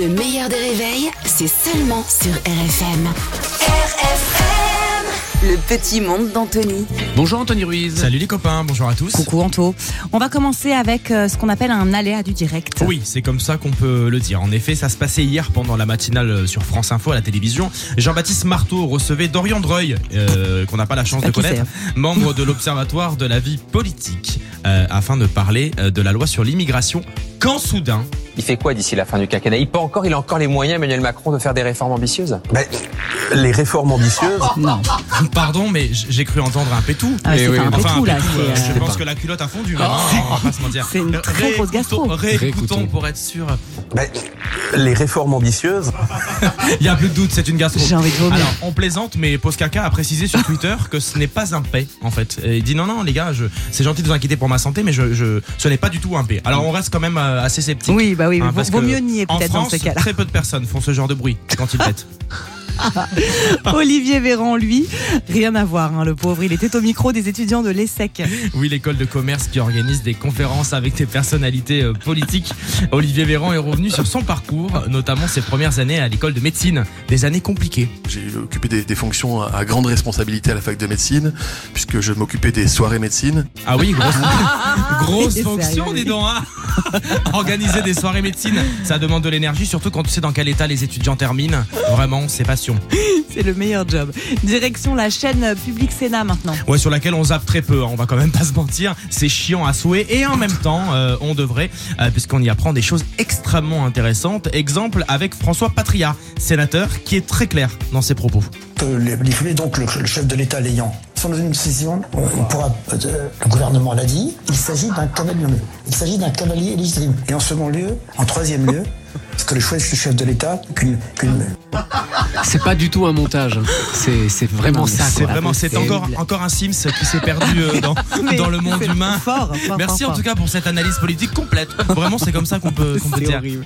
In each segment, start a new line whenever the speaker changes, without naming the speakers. Le meilleur des réveils, c'est seulement sur RFM. RFM Le petit monde d'Anthony.
Bonjour Anthony Ruiz.
Salut les copains, bonjour à tous.
Coucou Anto. On va commencer avec euh, ce qu'on appelle un aléa du direct.
Oui, c'est comme ça qu'on peut le dire. En effet, ça se passait hier pendant la matinale sur France Info à la télévision. Jean-Baptiste Marteau recevait Dorian Dreuil, euh, qu'on n'a pas la chance
pas
de
Bah, qui hein
connaître, membre de l'Observatoire de la vie politique, euh, afin de parler euh, de la loi sur l'immigration. Quand soudain,
Il fait quoi d'ici la fin du quinquennat Il peut encore, il a encore les moyens, Emmanuel Macron, de faire des réformes ambitieuses
Ben, les réformes ambitieuses,
Non,
pardon, mais j- j'ai cru entendre un pétou.
Ah, c'est
Mais
pas un pétou, là,
pétou,
c'est,
euh,
euh, Oh.
Je pense que la culotte a fondu. maintenant, on va pas se mentir.
c'est une très grosse gastro.
Réécoutons pour être sûr.
ben, les réformes ambitieuses,
Il y a plus de doute, c'est une gastro.
j'ai envie de vomir.
Alors, on plaisante, mais Pose Caca a précisé sur Twitter que ce n'est pas un paix, en fait. Et il dit non, non, les gars, je- c'est gentil de vous inquiéter pour ma santé, mais je, je- ce n'est pas du tout un paix. Alors, on reste quand même euh, assez sceptique.
oui, bah oui,
hein,
vaut,
parce
vaut
que
mieux nier
En
peut-être dans
France,
ces cas-là.
très peu de personnes font ce genre de bruit quand ils pètent.
Olivier Véran, lui, rien à voir, hein, le pauvre. Il était au micro des étudiants de l'ESSEC.
Oui, l'école de commerce qui organise des conférences avec des personnalités euh, politiques. Olivier Véran est revenu sur son parcours, notamment ses premières années à l'école de médecine. Des années compliquées.
J'ai occupé des, des fonctions à à grande responsabilité à la fac de médecine, puisque je m'occupais des soirées médecine.
Ah oui, grosse, grosse
Et
fonction,
sérieux.
dis donc. hein. Organiser des soirées médecine, ça demande de l'énergie, surtout quand tu sais dans quel état les étudiants terminent. Vraiment, c'est passion.
C'est le meilleur job. Direction la chaîne Public Sénat maintenant.
Ouais, sur laquelle on zappe très peu, hein, on va quand même pas se mentir. C'est chiant à souhait et en même temps, euh, on devrait, euh, puisqu'on y apprend des choses extrêmement intéressantes. Exemple avec François Patria, sénateur, qui est très clair dans ses propos.
peut les livrer, donc le, le chef de l'État l'ayant. Sur une décision, on, on pourra, euh, le gouvernement l'a dit, il s'agit d'un cavalier, il s'agit d'un cavalier légitime. Et en second lieu, en troisième lieu, parce que le choix du chef de l'État, qu'une, qu'une,
Ah, C'est pas du tout un montage. hein. C'est c'est vraiment
Non, mais
ça.
C'est
quoi.
vraiment, c'est encore, encore un Sims qui s'est perdu euh, dans, dans le monde
C'est
humain.
Fort, fort,
Merci
fort,
en
fort.
tout cas pour cette analyse politique complète. Vraiment, c'est comme ça qu'on peut, qu'on peut
C'est
dire.
horrible.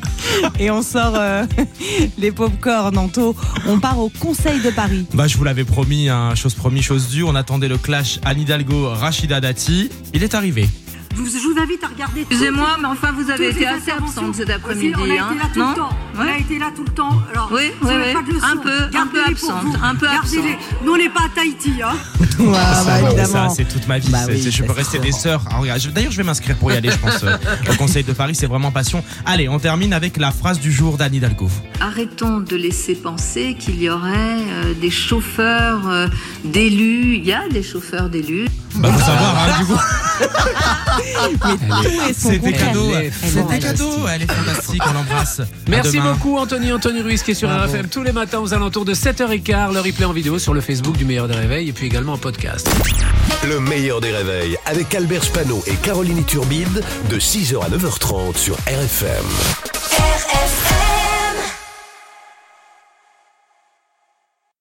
Et on sort euh, les popcorn Anto. On part au Conseil de Paris.
Bah, je vous l'avais promis, hein, chose promis, chose due. On attendait le clash Anne Hidalgo, Rachida Dati. Il est arrivé.
Je vous, je vous invite à regarder. toutes-
Excusez-moi, mais enfin, vous avez
toutes les
été assez
interventions.
absente cet
Aussi,
après-midi.
On a
hein,
été là tout
non
le temps. On a
Ouais.
été là tout le temps. Alors,
Oui,
vous
oui,
n'avez
oui.
pas de leçons.
Un peu, un peu
Gardez-les pour
absente,
vous.
un peu
Gardez-les. Nous, on n'est pas à Tahiti. Hein.
Ah, bah,
Ah, ça,
évidemment.
c'est toute ma vie.
Bah
C'est-
oui,
c'est- je peux
bah,
rester
c'est
des
sûr.
sœurs. Ah, regarde, je- D'ailleurs, je vais m'inscrire pour y aller, je pense, euh, au Conseil de Paris. C'est vraiment passion. Allez, on termine avec la phrase du jour d'Anne Hidalgo.
Arrêtons de laisser penser qu'il y aurait euh, des chauffeurs euh, d'élus. Il y a des chauffeurs d'élus.
Bah,
Ah.
faut savoir, hein, du coup. Ah,
Tout est son
C'était
contraire.
cadeau.
Elle est
C'était
fantastique.
cadeau. Elle est fantastique. On l'embrasse. À
Merci
demain.
beaucoup Anthony Anthony Ruiz qui est sur
Bravo.
RFM tous les matins aux alentours de 7h15, le replay en vidéo sur le Facebook du meilleur des réveils et puis également en podcast.
Le meilleur des réveils avec Albert Spano et Caroline Turbide de 6h à 9h30 sur RFM.
RFM